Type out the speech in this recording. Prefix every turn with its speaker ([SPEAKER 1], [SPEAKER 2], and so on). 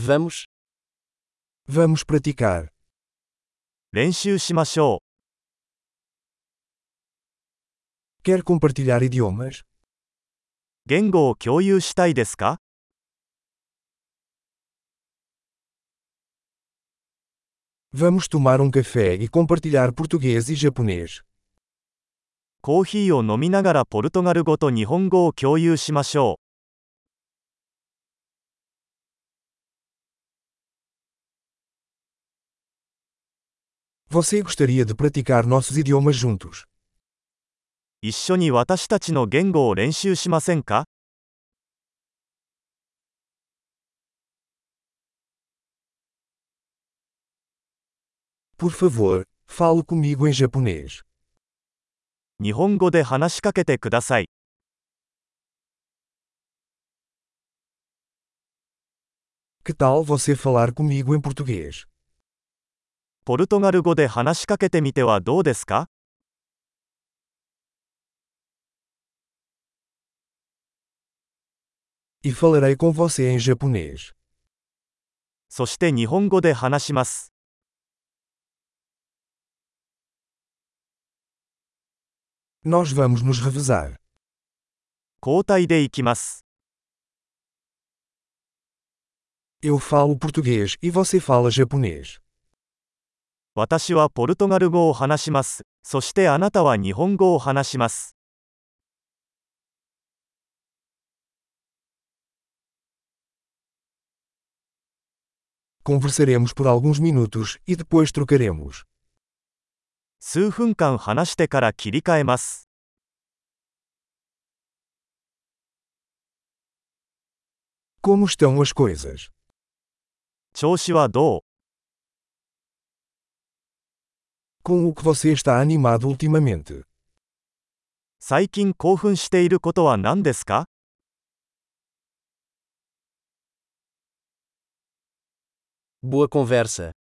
[SPEAKER 1] Vamos. Vamos praticar.
[SPEAKER 2] 練習しましょ
[SPEAKER 1] Quer compartilhar idiomas?
[SPEAKER 2] う。言語を共有したいですか
[SPEAKER 1] Vamos tomar um café e compartilhar português e japonês.
[SPEAKER 2] コーヒーを飲みながらポルトガル語と日本語を共有しましょ
[SPEAKER 1] Você gostaria de praticar nossos idiomas juntos?
[SPEAKER 2] う。一緒に私たちの言語を練習しませんか
[SPEAKER 1] Por favor, fale comigo em japonês.
[SPEAKER 2] 日本語で話しかけてください。
[SPEAKER 1] Que tal você falar comigo em português?
[SPEAKER 2] ポルトガル語で話しかけてみてはどうですか
[SPEAKER 1] E falarei com você em japonês.
[SPEAKER 2] そして日本語で話します。
[SPEAKER 1] Nós vamos nos revezar.
[SPEAKER 2] 交代でいきます。
[SPEAKER 1] Eu falo português e você fala japonês.
[SPEAKER 2] 私はポルトガル語を話します。そしてあなたは日本語を話します。
[SPEAKER 1] Conversaremos por alguns minutos e depois trocaremos.
[SPEAKER 2] 数分間話してから切り替えます。
[SPEAKER 1] Como estão as coisas?
[SPEAKER 2] 調子はどう
[SPEAKER 1] Com o que você está animado ultimamente?
[SPEAKER 2] 最近興奮していることは何ですか
[SPEAKER 3] Boa conversa.